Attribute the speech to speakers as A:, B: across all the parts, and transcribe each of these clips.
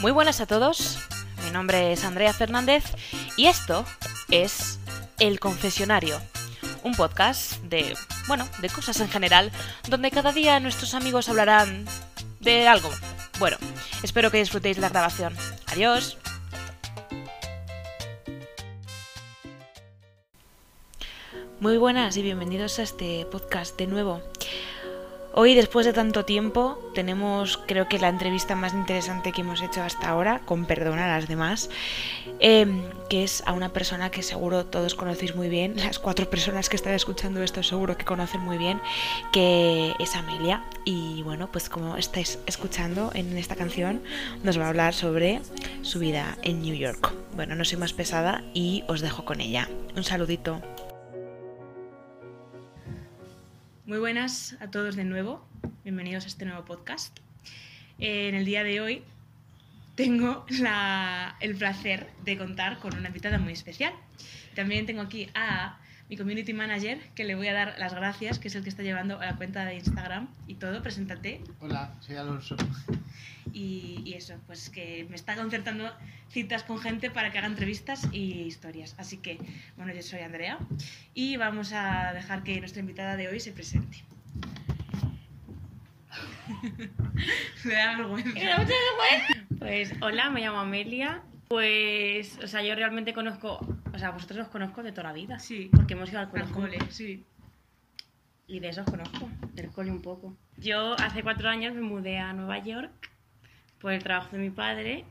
A: Muy buenas a todos, mi nombre es Andrea Fernández y esto es El Confesionario, un podcast de, bueno, de cosas en general, donde cada día nuestros amigos hablarán de algo. Bueno, espero que disfrutéis la grabación. Adiós. Muy buenas y bienvenidos a este podcast de nuevo. Hoy, después de tanto tiempo, tenemos creo que la entrevista más interesante que hemos hecho hasta ahora, con perdón a las demás, eh, que es a una persona que seguro todos conocéis muy bien, las cuatro personas que están escuchando esto seguro que conocen muy bien, que es Amelia. Y bueno, pues como estáis escuchando en esta canción, nos va a hablar sobre su vida en New York. Bueno, no soy más pesada y os dejo con ella. Un saludito. Muy buenas a todos de nuevo. Bienvenidos a este nuevo podcast. Eh, en el día de hoy tengo la- el placer de contar con una invitada muy especial. También tengo aquí a mi community manager, que le voy a dar las gracias, que es el que está llevando la cuenta de Instagram y todo. Preséntate.
B: Hola, soy Alonso.
A: Y, y eso, pues que me está concertando citas con gente para que haga entrevistas y historias. Así que, bueno, yo soy Andrea y vamos a dejar que nuestra invitada de hoy se presente. Me da vergüenza.
C: Pues hola, me llamo Amelia. Pues, o sea, yo realmente conozco, o sea, vosotros os conozco de toda la vida.
A: Sí,
C: Porque hemos ido al
A: al
C: colegio
A: cole, sí.
C: y de eso os conozco, del cole un poco. Yo hace cuatro años me mudé a Nueva York por el trabajo de mi padre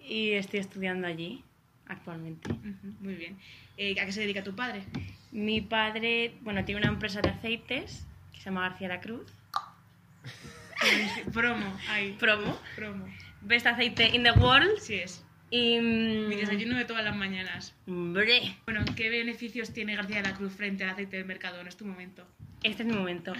C: y estoy estudiando allí actualmente.
A: Ujú, Muy bien. Eh, ¿A qué se dedica tu padre?
C: Mi padre, bueno, tiene una empresa de aceites que se llama García La Cruz,
A: Promo, ahí.
C: promo,
A: Promo.
C: best aceite in the world
A: Sí es.
C: y... mm,
A: Mi desayuno de todas las mañanas.
C: Hombre,
A: Bueno, ¿qué beneficios tiene García de la Cruz frente al aceite del mercado? No es tu momento.
C: Este es mi momento.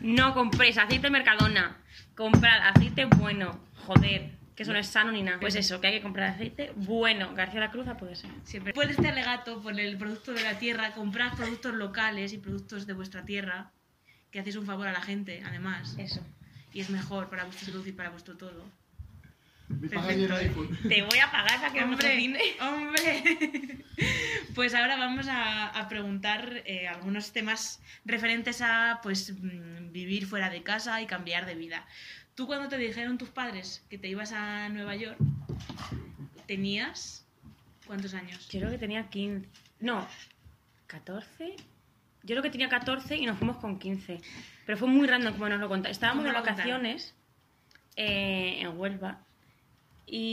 C: No compréis aceite Mercadona. Comprad aceite bueno. Joder, que eso no es sano ni nada. Pues eso, que hay que comprar aceite bueno. García la Cruz a poder ser.
A: Siempre. Por este alegato, por el producto de la tierra, comprad productos locales y productos de vuestra tierra, que hacéis un favor a la gente, además.
C: Eso.
A: Y es mejor para vuestra salud y para vuestro todo.
B: Mi
A: Perfecto.
B: pajarero iPhone.
C: Te voy a pagar para que me cine.
A: ¡Hombre! Pues ahora vamos a, a preguntar eh, algunos temas referentes a pues mm, vivir fuera de casa y cambiar de vida. Tú cuando te dijeron tus padres que te ibas a Nueva York, ¿tenías cuántos años?
C: Yo creo que tenía 15. No, 14. Yo creo que tenía 14 y nos fuimos con 15. Pero fue muy random como nos lo contaron. Estábamos
A: ¿Cómo
C: de
A: lo contaron?
C: vacaciones eh, en Huelva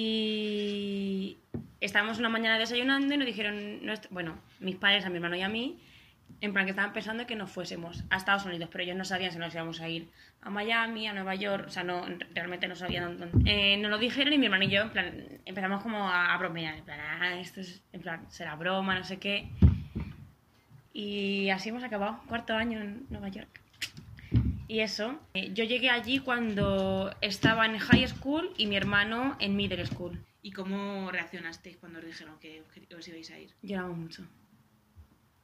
C: y estábamos una mañana desayunando y nos dijeron, nuestro- bueno, mis padres, a mi hermano y a mí, en plan que estaban pensando que nos fuésemos a Estados Unidos, pero ellos no sabían si nos íbamos a ir a Miami, a Nueva York, o sea, no, realmente no sabían dónde. Eh, nos lo dijeron y mi hermano y yo, en plan, empezamos como a, a bromear, en plan, "Ah, esto es, en plan, será broma, no sé qué. Y así hemos acabado, cuarto año en Nueva York. Y eso, eh, yo llegué allí cuando estaba en high school y mi hermano en middle school.
A: ¿Y cómo reaccionasteis cuando os dijeron que os- os ibais a ir?
C: Lloramos mucho.
A: Es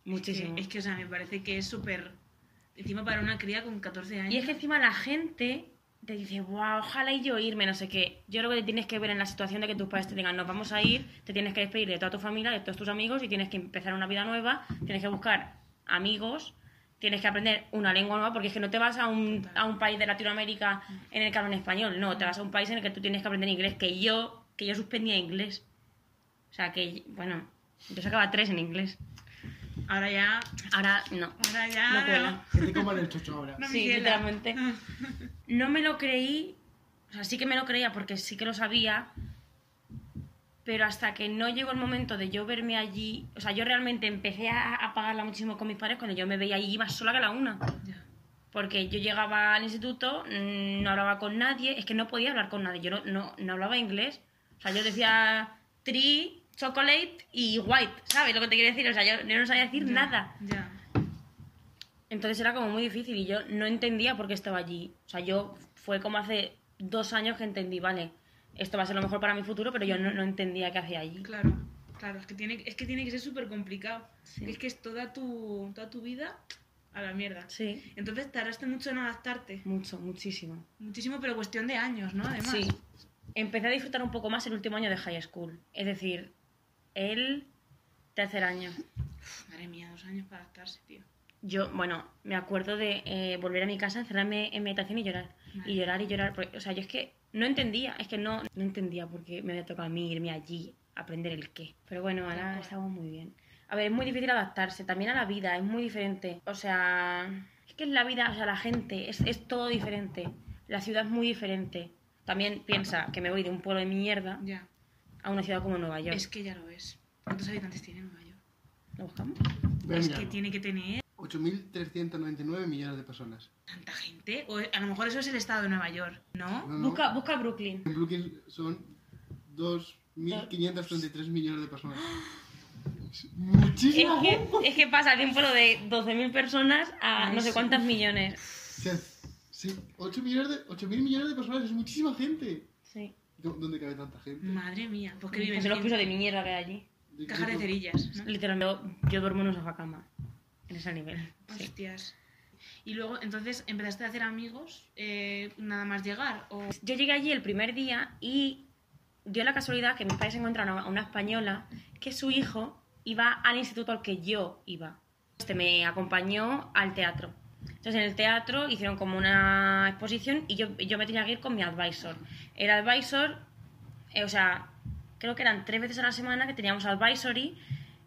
A: que-
C: Muchísimo.
A: Es que, o sea, me parece que es súper. Encima para una cría con 14 años.
C: Y es que encima la gente te dice, wow, ojalá y yo irme, no sé qué. Yo creo que te tienes que ver en la situación de que tus padres te digan, nos vamos a ir, te tienes que despedir de toda tu familia, de todos tus amigos y tienes que empezar una vida nueva, tienes que buscar amigos, tienes que aprender una lengua nueva, porque es que no te vas a un, a un país de Latinoamérica en el que hablan español, no, te vas a un país en el que tú tienes que aprender inglés, que yo, que yo suspendía inglés. O sea, que, bueno, yo sacaba tres en inglés.
A: Ahora ya.
C: Ahora no.
A: Ahora ya.
C: No cuela.
B: Que te coman el chocho ahora.
A: No,
C: Sí,
A: Miguela.
C: literalmente. No me lo creí, o sea, sí que me lo creía porque sí que lo sabía, pero hasta que no llegó el momento de yo verme allí, o sea, yo realmente empecé a, a pagarla muchísimo con mis padres cuando yo me veía allí más sola que la una.
A: Ya.
C: Porque yo llegaba al instituto, mm, no hablaba con nadie, es que no podía hablar con nadie, yo no, no, no hablaba inglés. O sea, yo decía tree, chocolate y white, ¿sabes lo que te quiero decir? O sea, yo, yo no sabía decir
A: Ya,
C: nada.
A: Ya.
C: Entonces era como muy difícil y yo no entendía por qué estaba allí. O sea, yo fue como hace dos años que entendí, vale, esto va a ser lo mejor para mi futuro, pero yo no, no entendía qué hacía allí.
A: Claro, claro. Es que tiene, es que, tiene que ser súper complicado.
C: Sí.
A: Es que es toda tu, toda tu vida a la mierda.
C: Sí,
A: Entonces tardaste mucho en adaptarte.
C: mucho, muchísimo.
A: Muchísimo, pero cuestión de años, ¿no? Además.
C: Sí, empecé a disfrutar un poco más el último año de high school. Es decir, el tercer año.
D: Uf, madre mía, dos años para adaptarse, tío.
C: Yo, bueno, me acuerdo de eh, volver a mi casa, encerrarme en meditación y llorar.
D: Vale.
C: Y llorar y llorar. porque- o sea, yo es que no entendía, es que no, no entendía por qué me había tocado a mí irme allí, a aprender el qué. Pero bueno, ahora
D: cual.
C: estamos muy bien. A ver, es muy difícil adaptarse también a la vida, es muy diferente. O sea, es que es la vida, o sea, la gente, es, es todo diferente. La ciudad es muy diferente. También piensa que me voy de un pueblo de mierda
D: Ya.
C: a una ciudad como Nueva York.
D: Es que ya lo es. ¿Cuántos habitantes tiene Nueva York?
C: ¿Lo buscamos?
B: Voy a
D: es que
B: mirarlo.
D: tiene que tener
B: 8.399 millones de personas.
D: tanta gente. O a lo mejor eso es el estado de Nueva York,
B: No,
D: ¿no?
B: no.
C: Busca, busca Brooklyn.
B: En Brooklyn son 2.533 millones de personas.
C: Es
B: Muchísimo.
C: que, es que pasa de un pueblo de 12.000 personas a
D: Ay,
C: no sé
D: sí.
C: cuántas millones.
B: Sí, 8 millones de, 8.000 millones de personas es muchísima gente.
C: Sí.
B: ¿Dó- ¿Dónde cabe tanta gente?
D: Madre mía, pues que
C: Pues
D: viven
C: los pisos de
D: en
C: mierda que hay allí.
B: Yo
D: cajas de
B: creo-
D: cerillas, ¿no?
C: Literalmente, yo, yo duermo en un sofá cama. En ese nivel. Sí.
D: Hostias. Y luego, entonces, ¿empezaste a hacer amigos eh, nada más llegar? ¿O
C: Yo llegué allí el primer día y dio la casualidad que mis padres encontraron a una española que su hijo iba al instituto al que yo iba. Este me acompañó al teatro. Entonces en el teatro hicieron como una exposición y yo, yo me tenía que ir con mi advisor. El advisor, eh, o sea, creo que eran tres veces a la semana que teníamos advisory,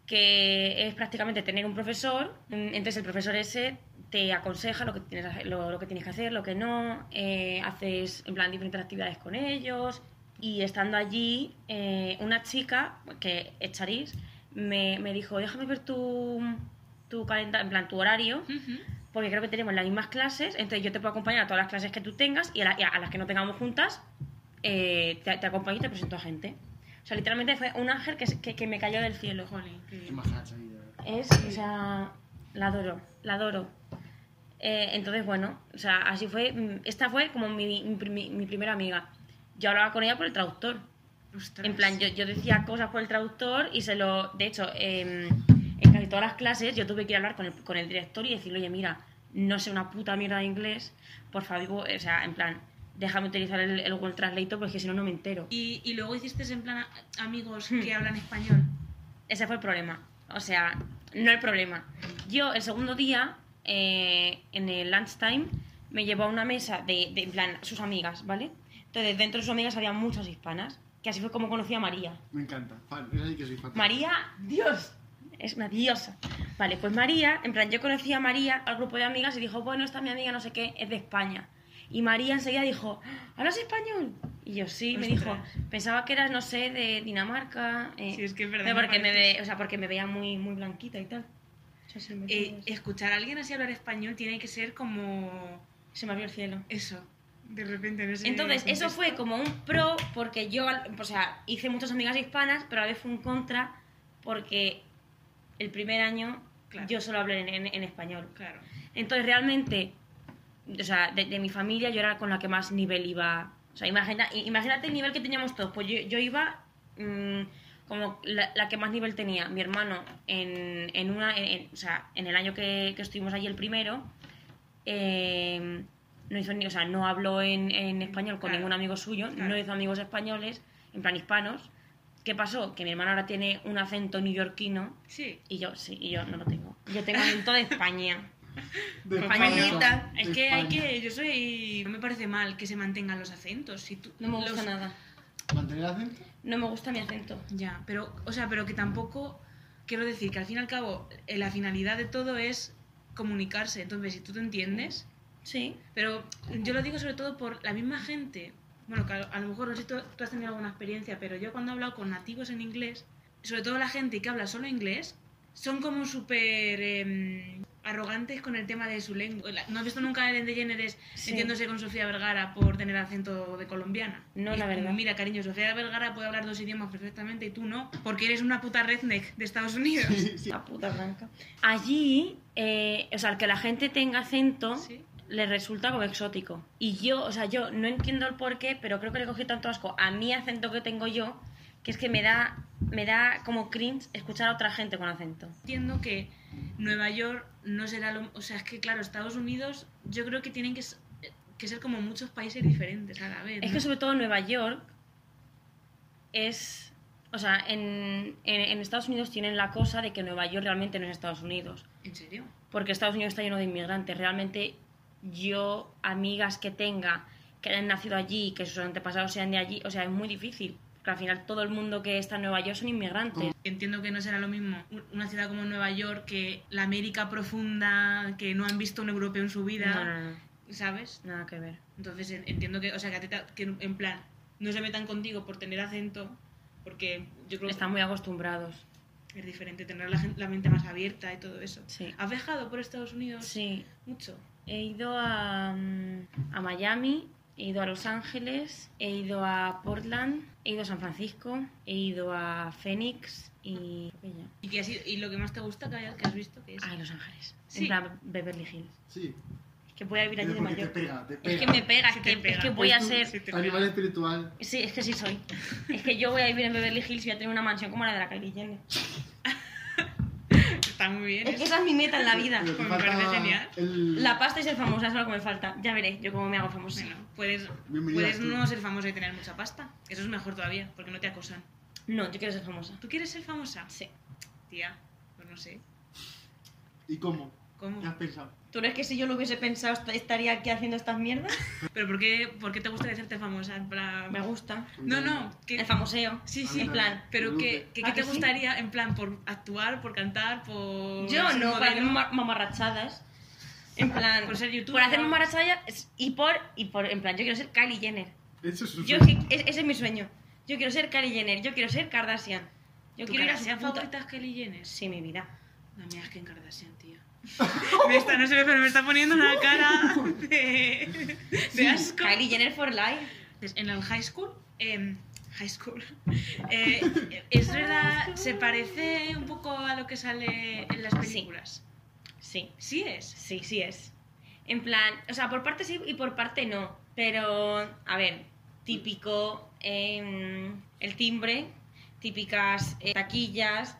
C: que es prácticamente tener un profesor. mm, Entonces el profesor ese te aconseja lo que tienes, que hacer- lo, lo que, tienes que hacer, lo que no, eh, haces en plan diferentes actividades con ellos. Y estando allí, eh, una chica, que es Charis, me, me dijo, déjame ver tu, tu calenda- en plan tu horario, porque creo que tenemos las mismas clases, entonces yo te puedo acompañar a todas las clases que tú tengas y a, la- y a- a las que no tengamos juntas, eh, te, te acompaño y te presento a gente. O sea, literalmente fue un ángel que, se- que, que me cayó del cielo.
D: Jolín, qué
B: Qué
D: bien.
B: majacha, mira.
C: Es, o sea, la adoro, la adoro. Eh, entonces, bueno, o sea, así fue. mm, Esta fue como mi, mi, primi- mi primera amiga. Yo hablaba con ella por el traductor.
D: Ostras.
C: En plan, yo, yo decía cosas por el traductor y se lo... De hecho, em, en casi todas las clases yo tuve que ir a hablar con el, con el director y decirle, oye, mira, no sé una puta mierda de inglés, por favor, o sea, en plan, déjame utilizar el, el Google Translator porque si no, no me entero. Y
D: Y, y luego hiciste en plan a- amigos que hablan español.
C: ese fue el problema. O sea, no el problema. Yo el segundo día, eh, en el lunchtime, me llevó a una mesa de, de, en plan, sus amigas, ¿vale? Entonces, dentro de sus amigas había muchas hispanas, que así fue como conocí a María.
B: Me encanta. Fan. Es así que soy fan.
C: María, Dios, es una diosa. Vale, pues María, en plan, yo conocí a María al grupo de amigas y dijo, bueno, esta es mi amiga, no sé qué, es de España. Y María enseguida dijo, ¿hablas español? Y yo sí, me dijo,
D: Ostras.
C: pensaba que eras, no sé, de Dinamarca. eh,
D: Sí, es que es verdad,
C: pero
D: me
C: Porque me,
D: pareces.
C: ve- o sea, porque me veía muy, muy blanquita y tal. Yo sí me
D: Eh,
C: acuerdo.
D: escuchar a alguien así hablar español tiene que ser como
C: Se me abrió el cielo.
D: eso. De repente, en ese
C: Entonces, eso
D: contexto.
C: fue como un pro porque yo, al- o sea, hice muchas amigas hispanas, pero a la vez fue un contra porque el primer año
D: Claro.
C: yo solo hablé en, en- en español.
D: Claro.
C: Entonces, realmente, o sea, de, de mi familia yo era con la que más nivel iba. O sea, imagina- i- imagínate el nivel que teníamos todos. Pues yo, yo iba mm, como la, la que más nivel tenía. Mi hermano, en, en una, en- en- o sea, en el año que, que estuvimos allí el primero, eh, no hizo ni, o sea, no habló en, en español con
D: Claro.
C: ningún amigo suyo,
D: Claro.
C: no hizo amigos españoles, en plan hispanos. ¿Qué pasó? Que mi hermano ahora tiene un acento neoyorquino
D: Sí.
C: y yo, sí, y yo no lo tengo. Yo tengo acento de España.
B: De
C: Españolita.
B: España.
D: Es
B: De
D: que hay
B: España.
D: que. Yo soy. No me parece mal que se mantengan los acentos. Si tú,
C: No me gusta
D: los-
C: nada.
B: ¿Mantener acento?
C: No me gusta mi acento.
D: Ya, pero, o sea, pero que tampoco. Quiero decir que al fin y al cabo, eh, la finalidad de todo es comunicarse. Entonces, si tú te entiendes.
C: Sí.
D: Pero yo lo digo sobre todo por la misma gente. Bueno, que a, a lo mejor no sé si tú, tú has tenido alguna experiencia, pero yo cuando he hablado con nativos en inglés, sobre todo la gente que habla solo inglés, son como súper em, arrogantes con el tema de su lengua. La- ¿No has visto nunca a Ellen DeGeneres
C: Sí.
D: metiéndose con Sofía Vergara por tener acento de colombiana?
C: No,
D: Y es
C: la
D: como,
C: verdad.
D: Mira, cariño, Sofía Vergara puede hablar dos idiomas perfectamente y tú no, porque eres una puta redneck de Estados Unidos.
B: Sí, sí.
C: La puta blanca. Allí, eh, o sea, el que la gente tenga acento
D: Sí.
C: le resulta como exótico. Y yo, o sea, yo no entiendo el porqué, pero creo que le cogí tanto asco a mi acento que tengo yo, que es que me da, me da como cringe escuchar a otra gente con acento.
D: entiendo que Nueva York no será lo... O sea, es que claro, Estados Unidos yo creo que tienen que, s- que ser como muchos países diferentes a la vez.
C: Es
D: ¿no?
C: que sobre todo en Nueva York, es. O sea, en, en, en Estados Unidos tienen la cosa de que Nueva York realmente no es Estados Unidos.
D: ¿En serio?
C: Porque Estados Unidos está lleno de inmigrantes. Realmente, yo, amigas que tenga, que hayan nacido allí, que sus antepasados sean de allí, o sea, es muy difícil. Porque al final todo el mundo que está en Nueva York son inmigrantes.
D: Entiendo que no será lo mismo u- una ciudad como Nueva York que la América profunda, que no han visto un europeo en su vida,
C: No, no, no,
D: ¿sabes?
C: nada que ver.
D: Entonces en- entiendo que, o sea, que, a ti ta- que en plan, no se metan contigo por tener acento, porque yo creo
C: Están muy acostumbrados.
D: que es diferente tener la, gen- la mente más abierta y todo eso.
C: Sí.
D: ¿Has viajado por Estados Unidos?
C: Sí,
D: Mucho.
C: He ido a, mm, a Miami, he ido a Los Ángeles, he ido a Portland, he ido a San Francisco, he ido a Phoenix y... creo que ya.
D: ¿Y, que has ido- y lo que más te gusta que, hayas- que has visto? Que es?
C: Ah, y Los Ángeles.
D: Sí.
C: En plan Beverly Hills.
B: Sí,
C: Es que voy a vivir allí
B: pero
C: de
B: porque te
C: mayor.
B: pega, te pega.
C: Es que me pega, es
D: Sí
C: que,
D: te pega.
C: es que voy a
B: Pues tú,
C: ser...
D: Sí te pega.
B: Animal espiritual.
C: Sí, es que sí soy. Es que yo voy a vivir en Beverly Hills y voy a tener una mansión como la de la Kylie Jenner.
D: Está muy bien.
C: Es que
D: ¿eh?
C: esa es mi meta en la vida.
B: Pero te
D: Me parece
B: falta
D: genial.
B: el-
C: La pasta y ser famosa es lo que me falta. Ya veré yo cómo me hago famosa.
D: Bueno, puedes,
B: Bienvenida
D: puedes
B: tú.
D: no ser famosa y tener mucha pasta. Eso es mejor todavía, porque no te acosan.
C: No, yo quiero ser famosa.
D: ¿Tú quieres ser famosa?
C: Sí.
D: Tía, pues no sé.
B: ¿Y cómo?
D: ¿Cómo?
B: ¿Qué has pensado?
C: ¿Tú crees que si yo lo hubiese pensado est- estaría aquí haciendo estas mierdas?
D: ¿Pero por qué, por qué te gusta decirte famosa? En plan-
C: Me gusta.
D: No, no. que-
C: El famoseo.
D: Sí, sí.
C: En plan,
D: Pero que,
B: Dulce.
D: que,
C: ¿Ah,
D: ¿qué te
C: que sí?
D: gustaría en plan por actuar, por cantar, por...
C: Yo
D: ser
C: no, por hacer
D: modelo?
C: ma- mamarrachadas. En plan,
D: Por ser youtuber.
C: por hacer mamarrachadas es- y por, y por, en plan, yo quiero ser Kylie Jenner.
B: Eso es un
C: Yo,
B: sueño.
C: que- es- ese es mi sueño. Yo quiero ser Kylie Jenner, yo quiero ser Kardashian. Yo
D: ¿Tu
C: quiero ir a
D: Kardashian
C: su puta...
D: favorita es Kylie Jenner?
C: Sí, mi vida.
D: La mía es que en Kardashian, tío. me está, no se ve, pero me está poniendo una cara de, de asco.
C: Kylie Jenner for life.
D: Entonces, en el high school, em, high school, eh, es verdad, se parece un poco a lo que sale en las
C: Sí.
D: películas.
C: Sí,
D: Sí, es.
C: sí, sí es. En plan, o sea, por parte sí y por parte no. Pero, a ver, típico em, el timbre, típicas eh, taquillas,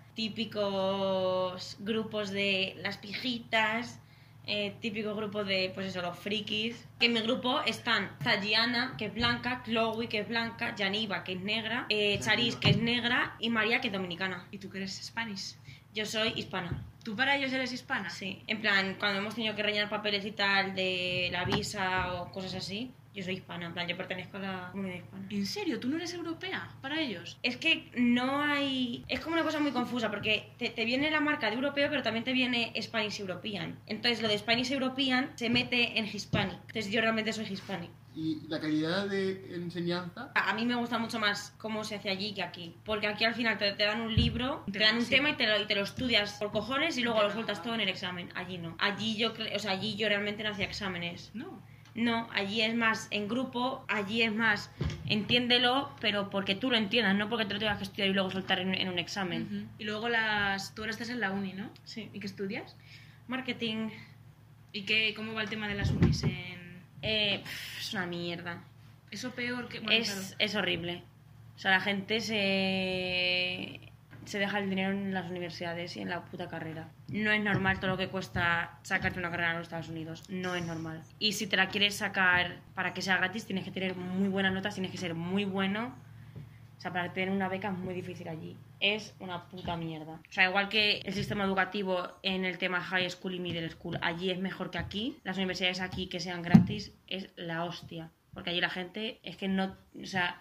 C: típicos grupos de las pijitas, eh, típico grupo de, pues eso, los frikis. Que en mi grupo están está Gianna, que es blanca, Chloe, que es blanca, Janiva, que es negra, eh, Charis, que es negra, y María, que es dominicana.
D: Y tú que eres Spanish.
C: Yo soy hispana.
D: ¿Tú para ellos eres hispana?
C: Sí, en plan, cuando hemos tenido que rellenar papeles y tal de la visa o cosas así, yo soy hispana, en plan, yo pertenezco a la comunidad hispana.
D: ¿En serio? ¿Tú no eres europea para ellos?
C: Es que no hay... Es como una cosa muy confusa, porque te, te viene la marca de europeo, pero también te viene Spanish European. Entonces, lo de Spanish European se mete en Hispanic. Entonces, yo realmente soy Hispanic.
B: Y la calidad de enseñanza.
C: A a mí me gusta mucho más cómo se hace allí que aquí. Porque aquí al final te, te dan un libro, te dan un
D: Sí.
C: tema y te, lo, y te lo estudias por cojones y luego
D: Te
C: lo
D: lo-
C: sueltas todo en el examen. Allí no. Allí yo, cre- o sea, allí yo realmente no hacía exámenes.
D: No.
C: No, allí es más en grupo, allí es más entiéndelo, pero porque tú lo entiendas, no porque te lo tengas que estudiar y luego soltar en, en un examen.
D: Ujú. Y luego las... tú ahora estás en la uni, ¿no?
C: Sí.
D: ¿Y qué estudias?
C: Marketing
D: ¿Y qué, cómo va el tema de las unis en...
C: eh, pf, es una mierda.
D: Eso peor que... bueno,
C: es, es horrible. O sea, la gente se, se deja el dinero en las universidades y en la puta carrera. No es normal todo lo que cuesta sacarte una carrera en los Estados Unidos. No es normal. Y si te la quieres sacar para que sea gratis, tienes que tener muy buenas notas, tienes que ser muy bueno. O sea, para tener una beca es muy difícil allí. Es una puta mierda. O sea, igual que el sistema educativo en el tema high school y middle school, allí es mejor que aquí. Las universidades aquí que sean gratis es la hostia. Porque allí la gente es que no. O sea,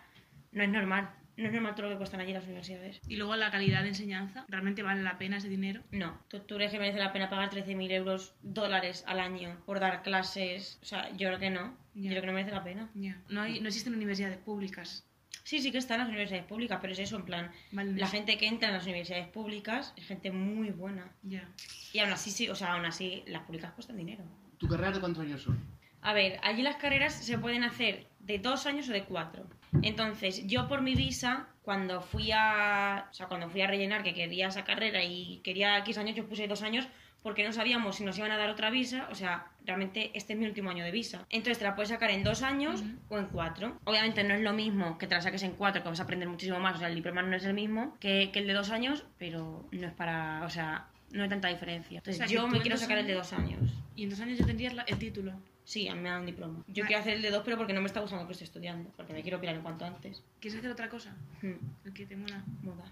C: no es normal. No es normal todo lo que cuestan allí las universidades.
D: Y luego la calidad de enseñanza. ¿Realmente vale la pena ese dinero?
C: No, tú, tú crees que merece la pena pagar 13.000 euros dólares al año por dar clases. O sea, yo creo que no.
D: Ya.
C: Yo creo que no merece la pena.
D: Ya. No, hay, no existen universidades públicas.
C: Sí, sí que están las universidades públicas, pero es eso, en plan,
D: Vale, no
C: la
D: sé.
C: gente que entra en las universidades públicas es gente muy buena.
D: Ya.
C: Y aún así, sí, o sea, aún así, las públicas cuestan dinero.
B: ¿Tu carrera de cuántos años son?
C: A ver, allí las carreras se pueden hacer de dos años o de cuatro. Entonces, yo por mi visa, cuando fui a, o sea, cuando fui a rellenar que quería esa carrera y quería X años, yo puse dos años porque no sabíamos si nos iban a dar otra visa. O sea, realmente este es mi último año de visa. Entonces, te la puedes sacar en dos años
D: Ujú.
C: o en cuatro. Obviamente no es lo mismo que te la saques en cuatro, que vas a aprender muchísimo más. O sea, el diploma no es el mismo que, que el de dos años, pero no es para, o sea, no hay tanta diferencia. Entonces,
D: O sea, que
C: yo
D: tú
C: me
D: en
C: quiero
D: dos
C: sacar el de
D: años-
C: dos años.
D: Y en dos años ya tendrías la- el título.
C: Sí, a mí me dan un diploma. Yo
D: Vale.
C: quiero hacer el de dos, pero porque no me está gustando lo que estoy estudiando. Porque me quiero pirar en cuanto antes.
D: ¿Quieres hacer otra cosa?
C: Hmm,
D: El que te mola.
C: Moda.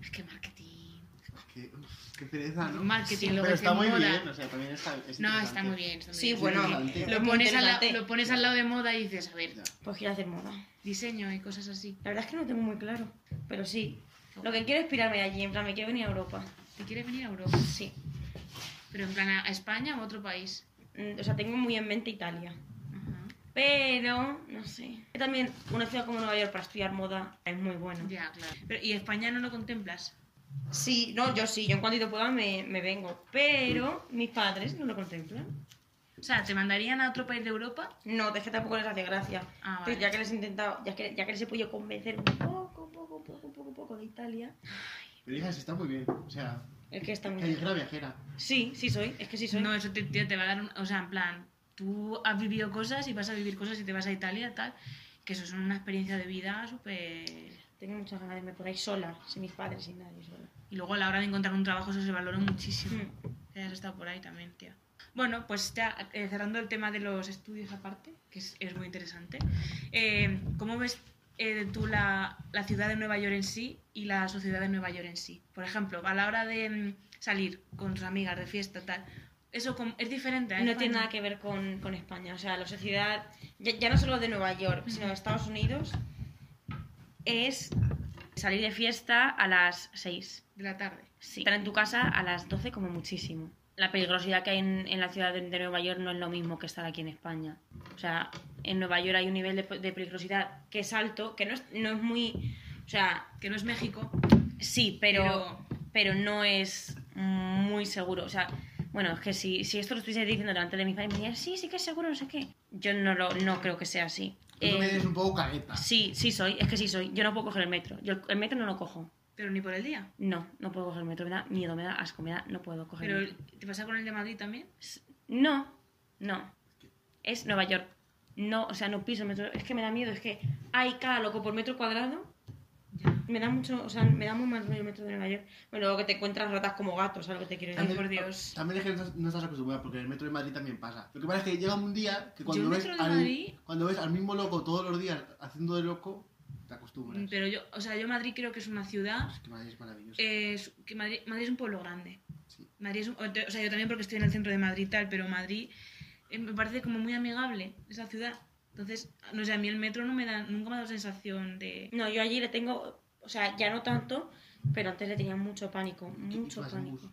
D: Es que marketing.
B: Qué, uf, qué pereza, ¿no?
D: Marketing, luego
B: Pero
D: es
B: está
D: en
B: muy
D: moda.
B: bien, o sea, también está. es
D: No,
B: interesante.
D: está muy bien. está muy
C: Sí,
D: bien.
C: bueno,
D: Porque
B: eh,
D: lo
C: muy
D: pones, al la-
C: interesante.
D: lo pones al lado de moda y dices, a ver,
B: Ya.
C: Pues quiero hacer moda.
D: diseño y cosas así.
C: La verdad es que no lo tengo muy claro. Pero sí. Lo que quiero es pirarme de allí. En plan, me quiero venir a Europa.
D: ¿Te quieres venir a Europa?
C: Sí.
D: Pero en plan a a España o a otro país.
C: Mm, O sea, tengo muy en mente Italia.
D: Ajá.
C: Pero, no sé. También una ciudad como Nueva York para estudiar moda es muy buena.
D: Ya, claro. Pero, ¿Y España no lo contemplas?
C: Sí, no, yo sí, yo en cuanto pueda me, me vengo. Pero mis padres no lo contemplan.
D: O sea, ¿te mandarían a otro país de Europa?
C: No, es que tampoco les hace gracia.
D: Ah,
C: Entonces,
D: vale.
C: ya que les he intentado, ya que, ya que les he podido convencer un poco, poco, poco, poco, poco de Italia.
B: Pero hijas, está muy bien. O sea,
C: Es que está muy bien.
B: callejera viajera.
C: Sí, sí soy, es que sí soy.
D: No, eso te, te- te va a dar un... O sea, en plan, tú has vivido cosas y vas a vivir cosas y te vas a Italia, tal. Que eso es una experiencia de vida súper...
C: Tengo muchas ganas de irme por ahí sola, sin mis padres, sin nadie, sola.
D: Y luego a la hora de encontrar un trabajo eso se valora muchísimo.
C: Mm.
D: Ya has estado por ahí también, tía. Bueno, pues ya eh, cerrando el tema de los estudios aparte, que es, es muy interesante. eh, ¿Cómo ves eh, tú la, la ciudad de Nueva York en sí y la sociedad de Nueva York en sí? Por ejemplo, a la hora de mm, salir con tus amigas de fiesta, tal. ¿Eso com- es diferente? ¿eh? a
C: No
D: España?
C: tiene nada que ver con, con España. O sea, la sociedad, ya, ya no solo de Nueva York, sino de Estados Unidos, es salir de fiesta a las 6.
D: De la tarde.
C: Estar en tu casa a las 12 como muchísimo. La peligrosidad que hay en, en la ciudad de, de Nueva York no es lo mismo que estar aquí en España. O sea, en Nueva York hay un nivel de, de peligrosidad que es alto, que no es, no es muy... O sea,
D: Que no es México.
C: Sí, pero, pero no es muy seguro. O sea, bueno, es que si, si esto lo estuviese diciendo delante de mis padres, me dirían, sí, sí que es seguro, no sé qué. Yo no, lo, no creo que sea así.
B: Tú
C: Eh,
B: me eres un poco cagueta.
C: sí, sí soy, es que sí soy. Yo no puedo coger el metro. Yo el- el metro no lo cojo.
D: Pero ni por el día.
C: No, no puedo coger el metro. Me da miedo, me da asco, me da... No puedo coger el
D: Pero
C: metro.
D: ¿te pasa con el de Madrid también?
C: S- No, no. Es Nueva York. No, o sea, no piso el metro. Es que me da miedo, es que hay cada loco por metro cuadrado.
D: Ya.
C: Me da mucho, o sea, me da muy mal rollo el metro de Nueva York. Bueno, luego que te encuentras ratas como gatos, algo que te quiero decir.
D: por Dios.
B: También es que no estás- no estás acostumbrada, porque en el metro de Madrid también pasa. Lo que pasa es que llega un día que cuando,
D: Yo el
B: ves,
D: metro de
B: al,
D: Madrid-
B: cuando ves al mismo loco todos los días haciendo de loco, te acostumbras.
D: Pero yo, o sea, yo Madrid creo que es una ciudad
B: Es que Madrid es maravilloso.
C: Eh,
D: Es que Madrid, Madrid es un pueblo grande.
B: Sí.
D: Madrid es un- o sea, yo también porque estoy en el centro de Madrid y tal, pero Madrid eh, me parece como muy amigable esa ciudad. Entonces, no sé, a mí el metro no me da, nunca me ha dado sensación de...
C: No, yo allí le tengo, o sea, ya no tanto, pero antes le tenía mucho pánico,
B: Y
C: mucho
B: vas en
C: pánico.
B: bus.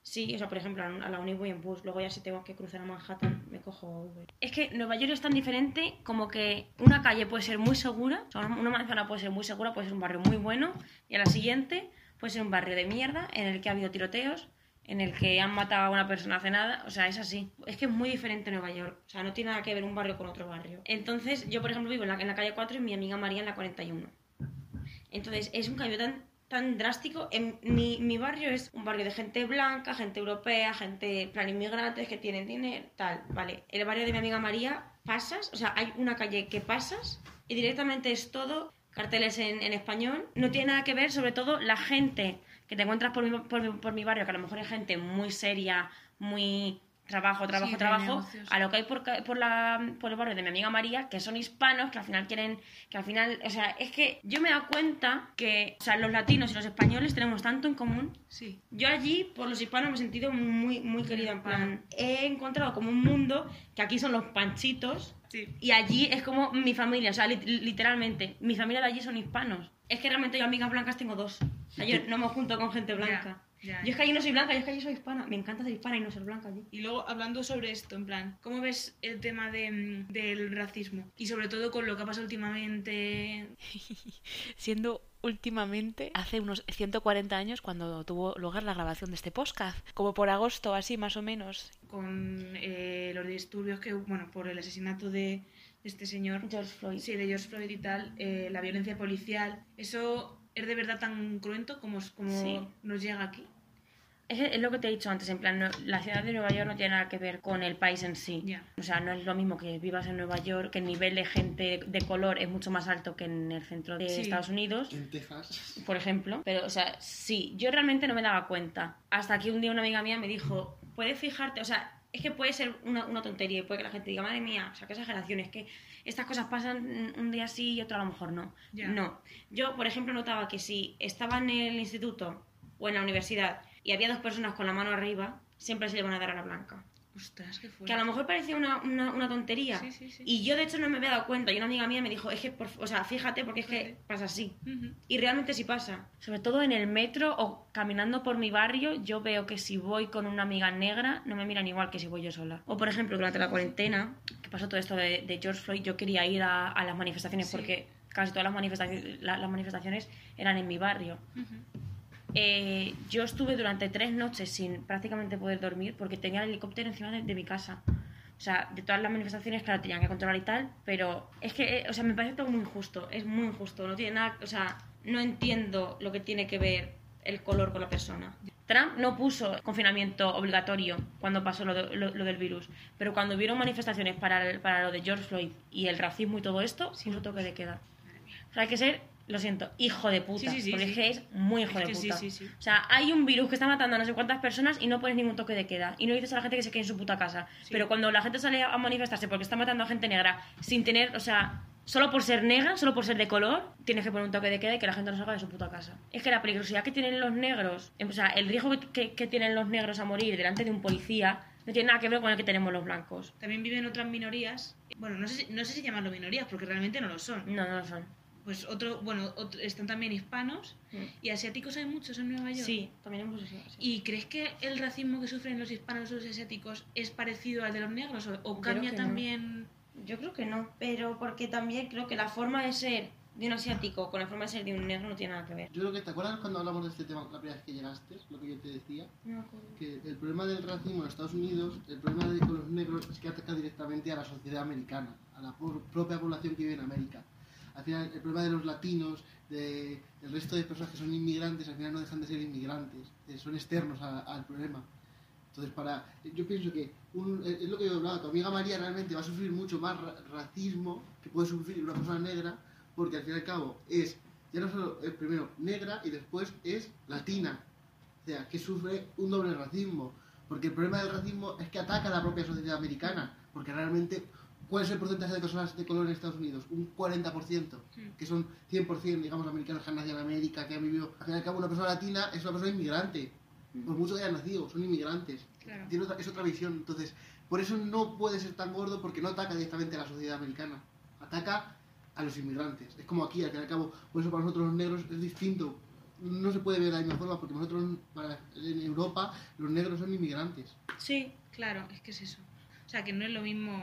C: Sí, o sea, por ejemplo, a a la uni voy en bus, luego ya si tengo que cruzar a Manhattan me cojo Uber. Es que Nueva York es tan diferente como que una calle puede ser muy segura, o sea, una manzana puede ser muy segura, puede ser un barrio muy bueno, y a la siguiente puede ser un barrio de mierda en el que ha habido tiroteos, en el que han matado a una persona hace nada, o sea, es así. Es que es muy diferente Nueva York, o sea, no tiene nada que ver un barrio con otro barrio. Entonces, yo por ejemplo vivo en la, en la calle 4 y mi amiga María en la 41. Entonces, es un cambio tan, tan drástico. En mi, mi barrio es un barrio de gente blanca, gente europea, gente, en plan, inmigrantes que tienen dinero, tal, vale. El barrio de mi amiga María, pasas, o sea, hay una calle que pasas y directamente es todo carteles en, en español. No tiene nada que ver, sobre todo, la gente que te encuentras por mi, por, mi- por mi barrio, que a lo mejor es gente muy seria, muy trabajo, trabajo,
D: de
C: trabajo,
D: negocios.
C: a lo que hay por, ca- por, la, por el barrio de mi amiga María, que son hispanos, que al final quieren, que al final, o sea, es que yo me he dado cuenta que, o sea, los latinos y los españoles tenemos tanto en común.
D: Sí.
C: Yo allí, por los hispanos, me he sentido muy, muy querida, en plan, he encontrado como un mundo, que aquí son los panchitos,
D: Sí.
C: y allí es como mi familia, o sea, lit- literalmente, mi familia de allí son hispanos. Es que realmente yo amigas blancas tengo dos. O sea, yo no me junto con gente blanca.
D: Ya, ya,
C: Yo es que allí no soy blanca, yo es que allí soy hispana. Me encanta ser hispana y no ser blanca allí.
D: Y luego, hablando sobre esto, en plan, ¿cómo ves el tema de, mm, del racismo? Y sobre todo con lo que ha pasado últimamente...
A: siendo últimamente hace unos 140 años cuando tuvo lugar la grabación de este podcast, como por agosto así más o menos.
D: con eh, los disturbios que, bueno, por el asesinato de este señor,
C: George Floyd.
D: sí, de George Floyd y tal, eh, la violencia policial, ¿eso es de verdad tan cruento como, como
C: Sí.
D: nos llega aquí?
C: Es, es lo que te he dicho antes, en plan, no- la ciudad de Nueva York no tiene nada que ver con el país en sí.
D: Ya.
C: O sea, no es lo mismo que vivas en Nueva York, que el nivel de gente de color es mucho más alto que en el centro de
D: Sí.
C: Estados Unidos,
B: En Texas.
C: por ejemplo. Pero, o sea, sí, yo realmente no me daba cuenta. Hasta que un día una amiga mía me dijo, puedes fijarte, o sea, es que puede ser una, una tontería y puede que la gente diga, madre mía, o sea, qué exageración, es que estas cosas pasan un día sí y otro a lo mejor no.
D: Ya.
C: No. Yo, por ejemplo, notaba que si estaba en el instituto o en la universidad y había dos personas con la mano arriba, siempre se le van a dar a la blanca.
D: Ostras, qué fuerte.
C: Que a lo mejor parecía una, una, una tontería.
D: Sí, sí, sí.
C: Y yo, de hecho, no me había dado cuenta. Y una amiga mía me dijo, es que, por- o sea, fíjate porque es que
D: Fíjate.
C: pasa así.
D: Ujú.
C: Y realmente sí pasa. Sobre todo en el metro o caminando por mi barrio, yo veo que si voy con una amiga negra, no me miran igual que si voy yo sola. O por ejemplo, durante la cuarentena, que pasó todo esto de, de George Floyd, yo quería ir a, a las manifestaciones
D: Sí.
C: porque casi todas las, manifestaci- la- las manifestaciones eran en mi barrio.
D: Ujú.
C: Eh, yo estuve durante tres noches sin prácticamente poder dormir porque tenía el helicóptero encima de, de mi casa. O sea, de todas las manifestaciones, claro, tenían que controlar y tal, pero es que, eh, o sea, me parece todo muy injusto, es muy injusto, no tiene nada, o sea, no entiendo lo que tiene que ver el color con la persona. Trump no puso confinamiento obligatorio cuando pasó lo, de- lo- lo del virus, pero cuando hubieron manifestaciones para, el- para lo de George Floyd y el racismo y todo esto, sí, no toque de queda. O sea, hay que ser, lo siento, hijo de puta,
D: Sí, sí, sí,
C: porque
D: sí.
C: es que es muy hijo de
D: Es que sí,
C: puta.
D: sí, sí.
C: O sea, hay un virus que está matando a no sé cuántas personas y no pones ningún toque de queda. Y no dices a la gente que se quede en su puta casa.
D: Sí.
C: Pero cuando la gente sale a manifestarse porque está matando a gente negra sin tener, o sea, solo por ser negra, solo por ser de color, tienes que poner un toque de queda y que la gente no salga de su puta casa. Es que la peligrosidad que tienen los negros, o sea, el riesgo que, que- que tienen los negros a morir delante de un policía, no tiene nada que ver con el que tenemos los blancos.
D: También viven otras minorías. Bueno, no sé, si- no sé si llamarlo minorías, porque realmente no lo son.
C: No, no lo son.
D: Pues otro, bueno, otro- están también hispanos y asiáticos hay muchos en Nueva York.
C: Mm. Sí, también hemos sí.
D: ¿Y crees que el racismo que sufren los hispanos y los asiáticos es parecido al de los negros o, o
C: Yo creo
D: cambia
C: que no.
D: también?
C: Yo creo que no, pero porque también creo que la forma de ser de un asiático con la forma de ser de un negro no tiene nada que ver.
B: Yo creo que te acuerdas cuando hablamos de este tema la primera vez que llegaste, lo que yo te decía, que el problema del racismo en Estados Unidos, el problema de con los negros es que ataca directamente a la sociedad americana, a la por- propia población que vive en América. Al final, el problema de los latinos, de el resto de personas que son inmigrantes, al final no dejan de ser inmigrantes, eh, son externos a- al problema. Entonces, para, yo pienso que un- eh, es lo que yo he hablado, tu amiga María realmente va a sufrir mucho más ra- racismo que puede sufrir una persona negra, porque al fin y al cabo es, ya no solo es primero negra y después es latina. O sea, que sufre un doble racismo. Porque el problema del racismo es que ataca a la propia sociedad americana. Porque realmente, ¿cuál es el porcentaje de personas de color en Estados Unidos? Un 40%. Que son 100%, digamos, americanos que han nacido en América, que han vivido. Al fin y al cabo, una persona latina es una persona inmigrante. Por mucho que hayan nacido, son inmigrantes.
D: Claro.
B: Tiene otra- es otra visión. Entonces, por eso no puede ser tan gordo porque no ataca directamente a la sociedad americana. Ataca a los inmigrantes. Es como aquí, al fin y al cabo, por eso para nosotros los negros es distinto. No se puede ver de la misma forma porque nosotros, para- en Europa, los negros son inmigrantes.
D: Sí, claro, es que es eso. O sea, que no es lo mismo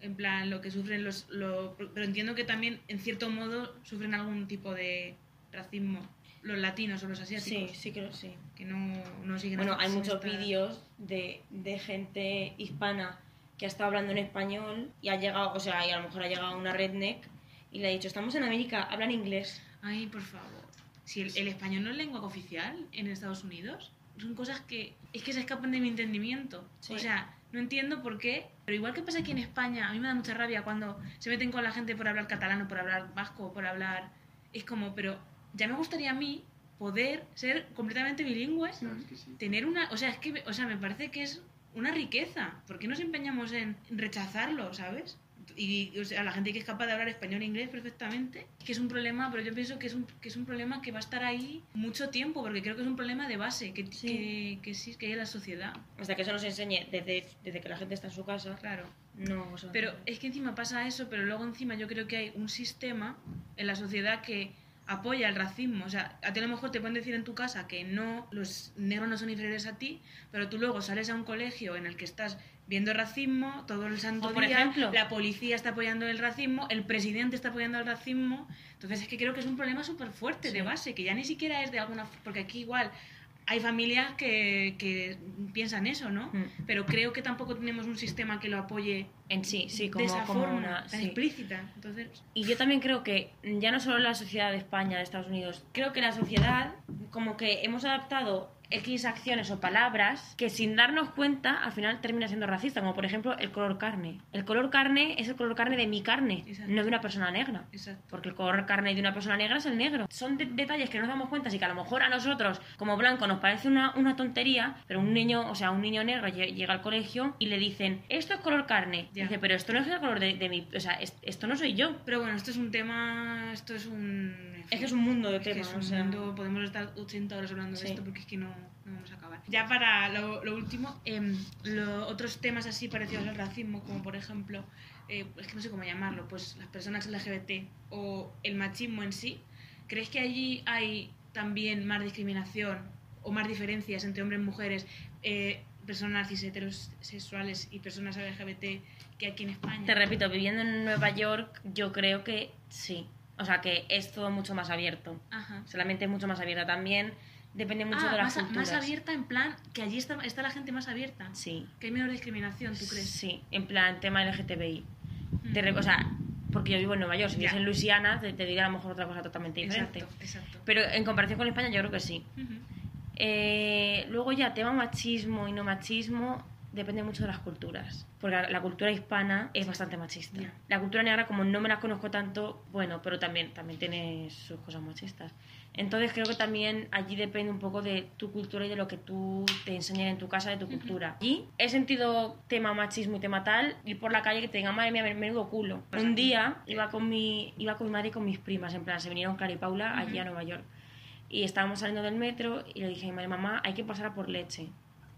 D: en plan lo que sufren los... lo- pero entiendo que también, en cierto modo, sufren algún tipo de racismo los latinos o los asiáticos.
C: Sí, sí creo sí.
D: Que no, no siguen...
C: Bueno,
D: esta-
C: hay muchos
D: esta-
C: vídeos de, de gente hispana que ha estado hablando en español y ha llegado, o sea, y a lo mejor ha llegado una redneck y le ha dicho, estamos en América, hablan inglés.
D: Ay, por favor. Si el, el español no es lengua oficial en Estados Unidos, son cosas que es que se escapan de mi entendimiento.
C: Sí.
D: O sea, no entiendo por qué. Pero igual que pasa aquí en España, a mí me da mucha rabia cuando se meten con la gente por hablar catalán o por hablar vasco, por hablar... Es como, pero ya me gustaría a mí poder ser completamente bilingüe
B: ¿Sabes que sí?
D: tener una o sea es que o sea me parece que es una riqueza ¿por qué nos empeñamos en rechazarlo sabes y o sea, la gente que es capaz de hablar español e inglés perfectamente que es un problema pero yo pienso que es un que es un problema que va a estar ahí mucho tiempo porque creo que es un problema de base que
C: Sí.
D: que, que sí que hay en la sociedad
C: Hasta que eso nos enseñe desde, desde que la gente está en su casa.
D: claro
C: No, o sea,
D: pero es que encima pasa eso pero luego encima yo creo que hay un sistema en la sociedad que apoya el racismo, o sea, a ti a lo mejor te pueden decir en tu casa que no los negros no son inferiores a ti, pero tú luego sales a un colegio en el que estás viendo racismo todo el santo
C: O, por
D: día,
C: ejemplo.
D: la policía está apoyando el racismo, el presidente está apoyando el racismo, entonces es que creo que es un problema súper fuerte de
C: Sí.
D: base, que ya ni siquiera es de alguna, porque aquí igual hay familias que, que piensan eso, ¿no?
C: Mm.
D: Pero creo que tampoco tenemos un sistema que lo apoye
C: en sí, sí, como,
D: de esa
C: como
D: forma
C: una...
D: tan
C: sí.
D: explícita. Entonces,
C: Y yo también creo que ya no solo la sociedad de España, de Estados Unidos, creo que la sociedad como que hemos adaptado X acciones o palabras que sin darnos cuenta al final termina siendo racista, como por ejemplo el color carne. El color carne es el color carne de mi carne,
D: Exacto.
C: no de una persona negra.
D: Exacto.
C: Porque el color carne de una persona negra es el negro. Son de- detalles que no nos damos cuenta, así que a lo mejor a nosotros, como blanco, nos parece una, una tontería, pero un niño, o sea, un niño negro lle- llega al colegio y le dicen, esto es color carne.
D: Ya.
C: Dice, pero esto no es el color de, de mi... O sea, es- esto no soy yo.
D: Pero bueno, esto es un tema. Esto es un. en
C: Es que
D: fin,
C: es un mundo de
D: es que
C: temas,
D: es un
C: o sea.
D: mundo, Podemos estar 80 horas hablando
C: Sí.
D: de esto porque es que no, no vamos a acabar. Ya para lo, lo último, em, lo- otros temas así parecidos al racismo, como por ejemplo, eh, es que no sé cómo llamarlo, pues las personas LGBT o el machismo en sí. ¿Crees que allí hay también más discriminación o más diferencias entre hombres y mujeres, eh, personas cis heterosexuales y personas LGBT que aquí en España?
C: Te repito, viviendo en Nueva York, yo creo que sí. O sea, que es todo mucho más abierto.
D: Ajá.
C: Solamente es mucho más abierta también. Depende mucho
D: Ah,
C: de las
D: más, a- más
C: culturas.
D: abierta en plan que allí está, está la gente más abierta.
C: Sí.
D: Que hay menos discriminación, ¿tú crees?
C: Sí, en plan tema LGTBI.
D: Mm.
C: Te re- o sea, porque yo vivo en Nueva York, si
D: Ya.
C: vives en Luisiana te, te diría a lo mejor otra cosa totalmente diferente.
D: Exacto, exacto.
C: Pero en comparación con España yo creo que sí.
D: Ujú.
C: Eh, luego ya, tema machismo y no machismo depende mucho de las culturas. Porque la, la cultura hispana es bastante machista.
D: Ya.
C: La cultura negra, como no me la conozco tanto, bueno, pero también, también tiene sus cosas machistas. Entonces creo que también allí depende un poco de tu cultura y de lo que tú te enseñen en tu casa, de tu cultura. Y he sentido tema machismo y tema tal, ir por la calle que te digan, madre mía, men- menudo culo.
D: Pues
C: un
D: aquí.
C: día iba con, mi, iba con mi madre y con mis primas, en plan, se vinieron Clara y Paula allí a Nueva York. Y estábamos saliendo del metro y le dije a mi madre, mamá, hay que pasar a por leche.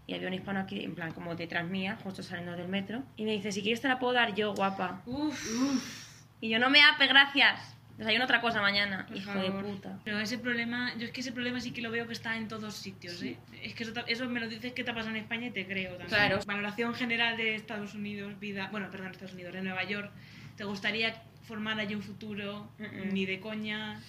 C: Y había un hispano aquí, en plan, como detrás mía, justo saliendo del metro. Y me dice, si quieres te la puedo dar yo, guapa.
D: Uf,
C: Y yo, no me ape, gracias. Desayuno otra cosa mañana,
D: Por
C: hijo
D: favor.
C: de puta.
D: Pero ese problema, yo es que ese problema sí que lo veo que está en todos sitios, ¿eh? Es que eso, ta- eso me lo dices que te ha pasado en España y te creo también.
C: Claro.
D: Valoración general de Estados Unidos, vida, bueno, perdón, Estados Unidos, de Nueva York. ¿Te gustaría formar allí un futuro?
C: Mm-mm.
D: Ni de coña.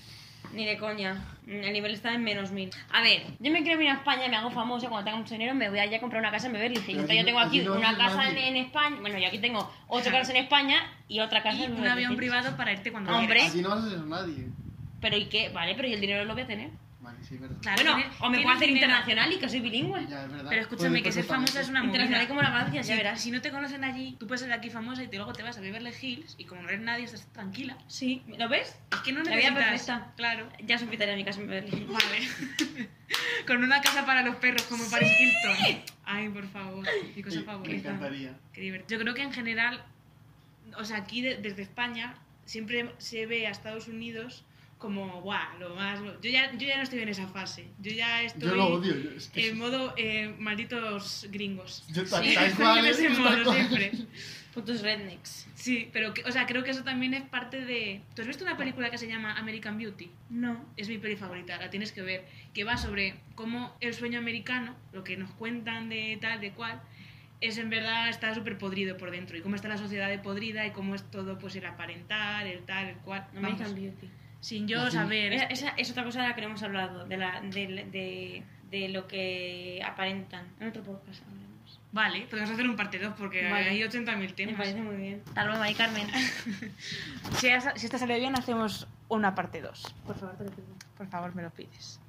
C: Ni de coña. El nivel está en menos mil. A ver, yo me quiero ir a España, me hago famosa, cuando tenga mucho dinero me voy allá a comprar una casa en Beverly Hills.
B: Pero aquí
C: Entonces yo
B: no-
C: tengo aquí
B: aquí no
C: una
B: haces
C: casa en,
B: nadie.
C: en España. Bueno, yo aquí tengo ocho
D: Claro.
C: casas en España y otra casa
D: Y
C: en
D: un
C: Beverly
D: avión
C: Hills.
D: privado para irte cuando
C: Hombre.
D: quieras.
B: Así no vas a ser nadie.
C: Pero ¿y qué? Vale, pero yo el dinero lo voy a tener.
B: Vale, sí, es verdad.
D: Claro,
C: bueno, o
D: tienes-
C: me puedo
D: tienes
C: hacer
D: dinero.
C: internacional y que soy bilingüe.
B: Ya, es verdad.
D: Pero escúchame,
B: Puedes
D: que ser famosa es una
C: Internacional
D: movida.
C: como la Valencia,
D: Si,
C: ya verás.
D: si no te conocen allí, tú puedes ser de aquí famosa y te- luego te vas a Beverly Hills y como no eres nadie, estás tranquila.
C: Sí, ¿lo ves?
D: Es que no
C: La vida
D: necesitas...
C: perfecta.
D: Claro.
C: Ya os invitaré a mi casa en Beverly Hills.
D: Vale. Con una casa para los perros como Paris Hilton. Ay, por favor. Mi cosa
B: Sí, Me
D: favorita.
B: encantaría.
D: Qué divertido. Yo creo que en general, o sea, aquí de- desde España siempre se ve a Estados Unidos como, guau, lo más... lo-". Yo, ya, yo ya no estoy en esa fase. Yo ya estoy...
B: Yo lo odio. yo- es que-
D: En modo eh, malditos gringos.
B: Yo tal,
C: Sí,
B: tal
D: Estoy
B: cual, ¿eh?
D: en ese
B: tal
D: modo
B: cual.
D: siempre.
C: Putos rednecks.
D: Sí, pero que- o sea, creo que eso también es parte de. ¿Tú has visto una película que se llama American Beauty?
C: No.
D: Es mi peli favorita, la tienes que ver. Que va sobre cómo el sueño americano, lo que nos cuentan de tal, de cual, es en verdad está súper podrido por dentro. Y cómo está la sociedad de podrida y cómo es todo, pues el aparentar, el tal, el cual.
C: American
D: Vamos,
C: Beauty.
D: sin yo saber.
C: Esa, esa es otra cosa de la que no hemos hablado, de, la, de, de, de lo que aparentan. En otro podcast hablaremos.
D: Vale, podemos hacer un parte 2 porque
C: Vale.
D: hay 80.000
C: Me
D: temas.
C: parece muy bien. Hasta luego, Mari Carmen.
D: Si, has- si esta sale bien, hacemos una parte 2. Por favor, te lo pido. Por favor, me lo pides.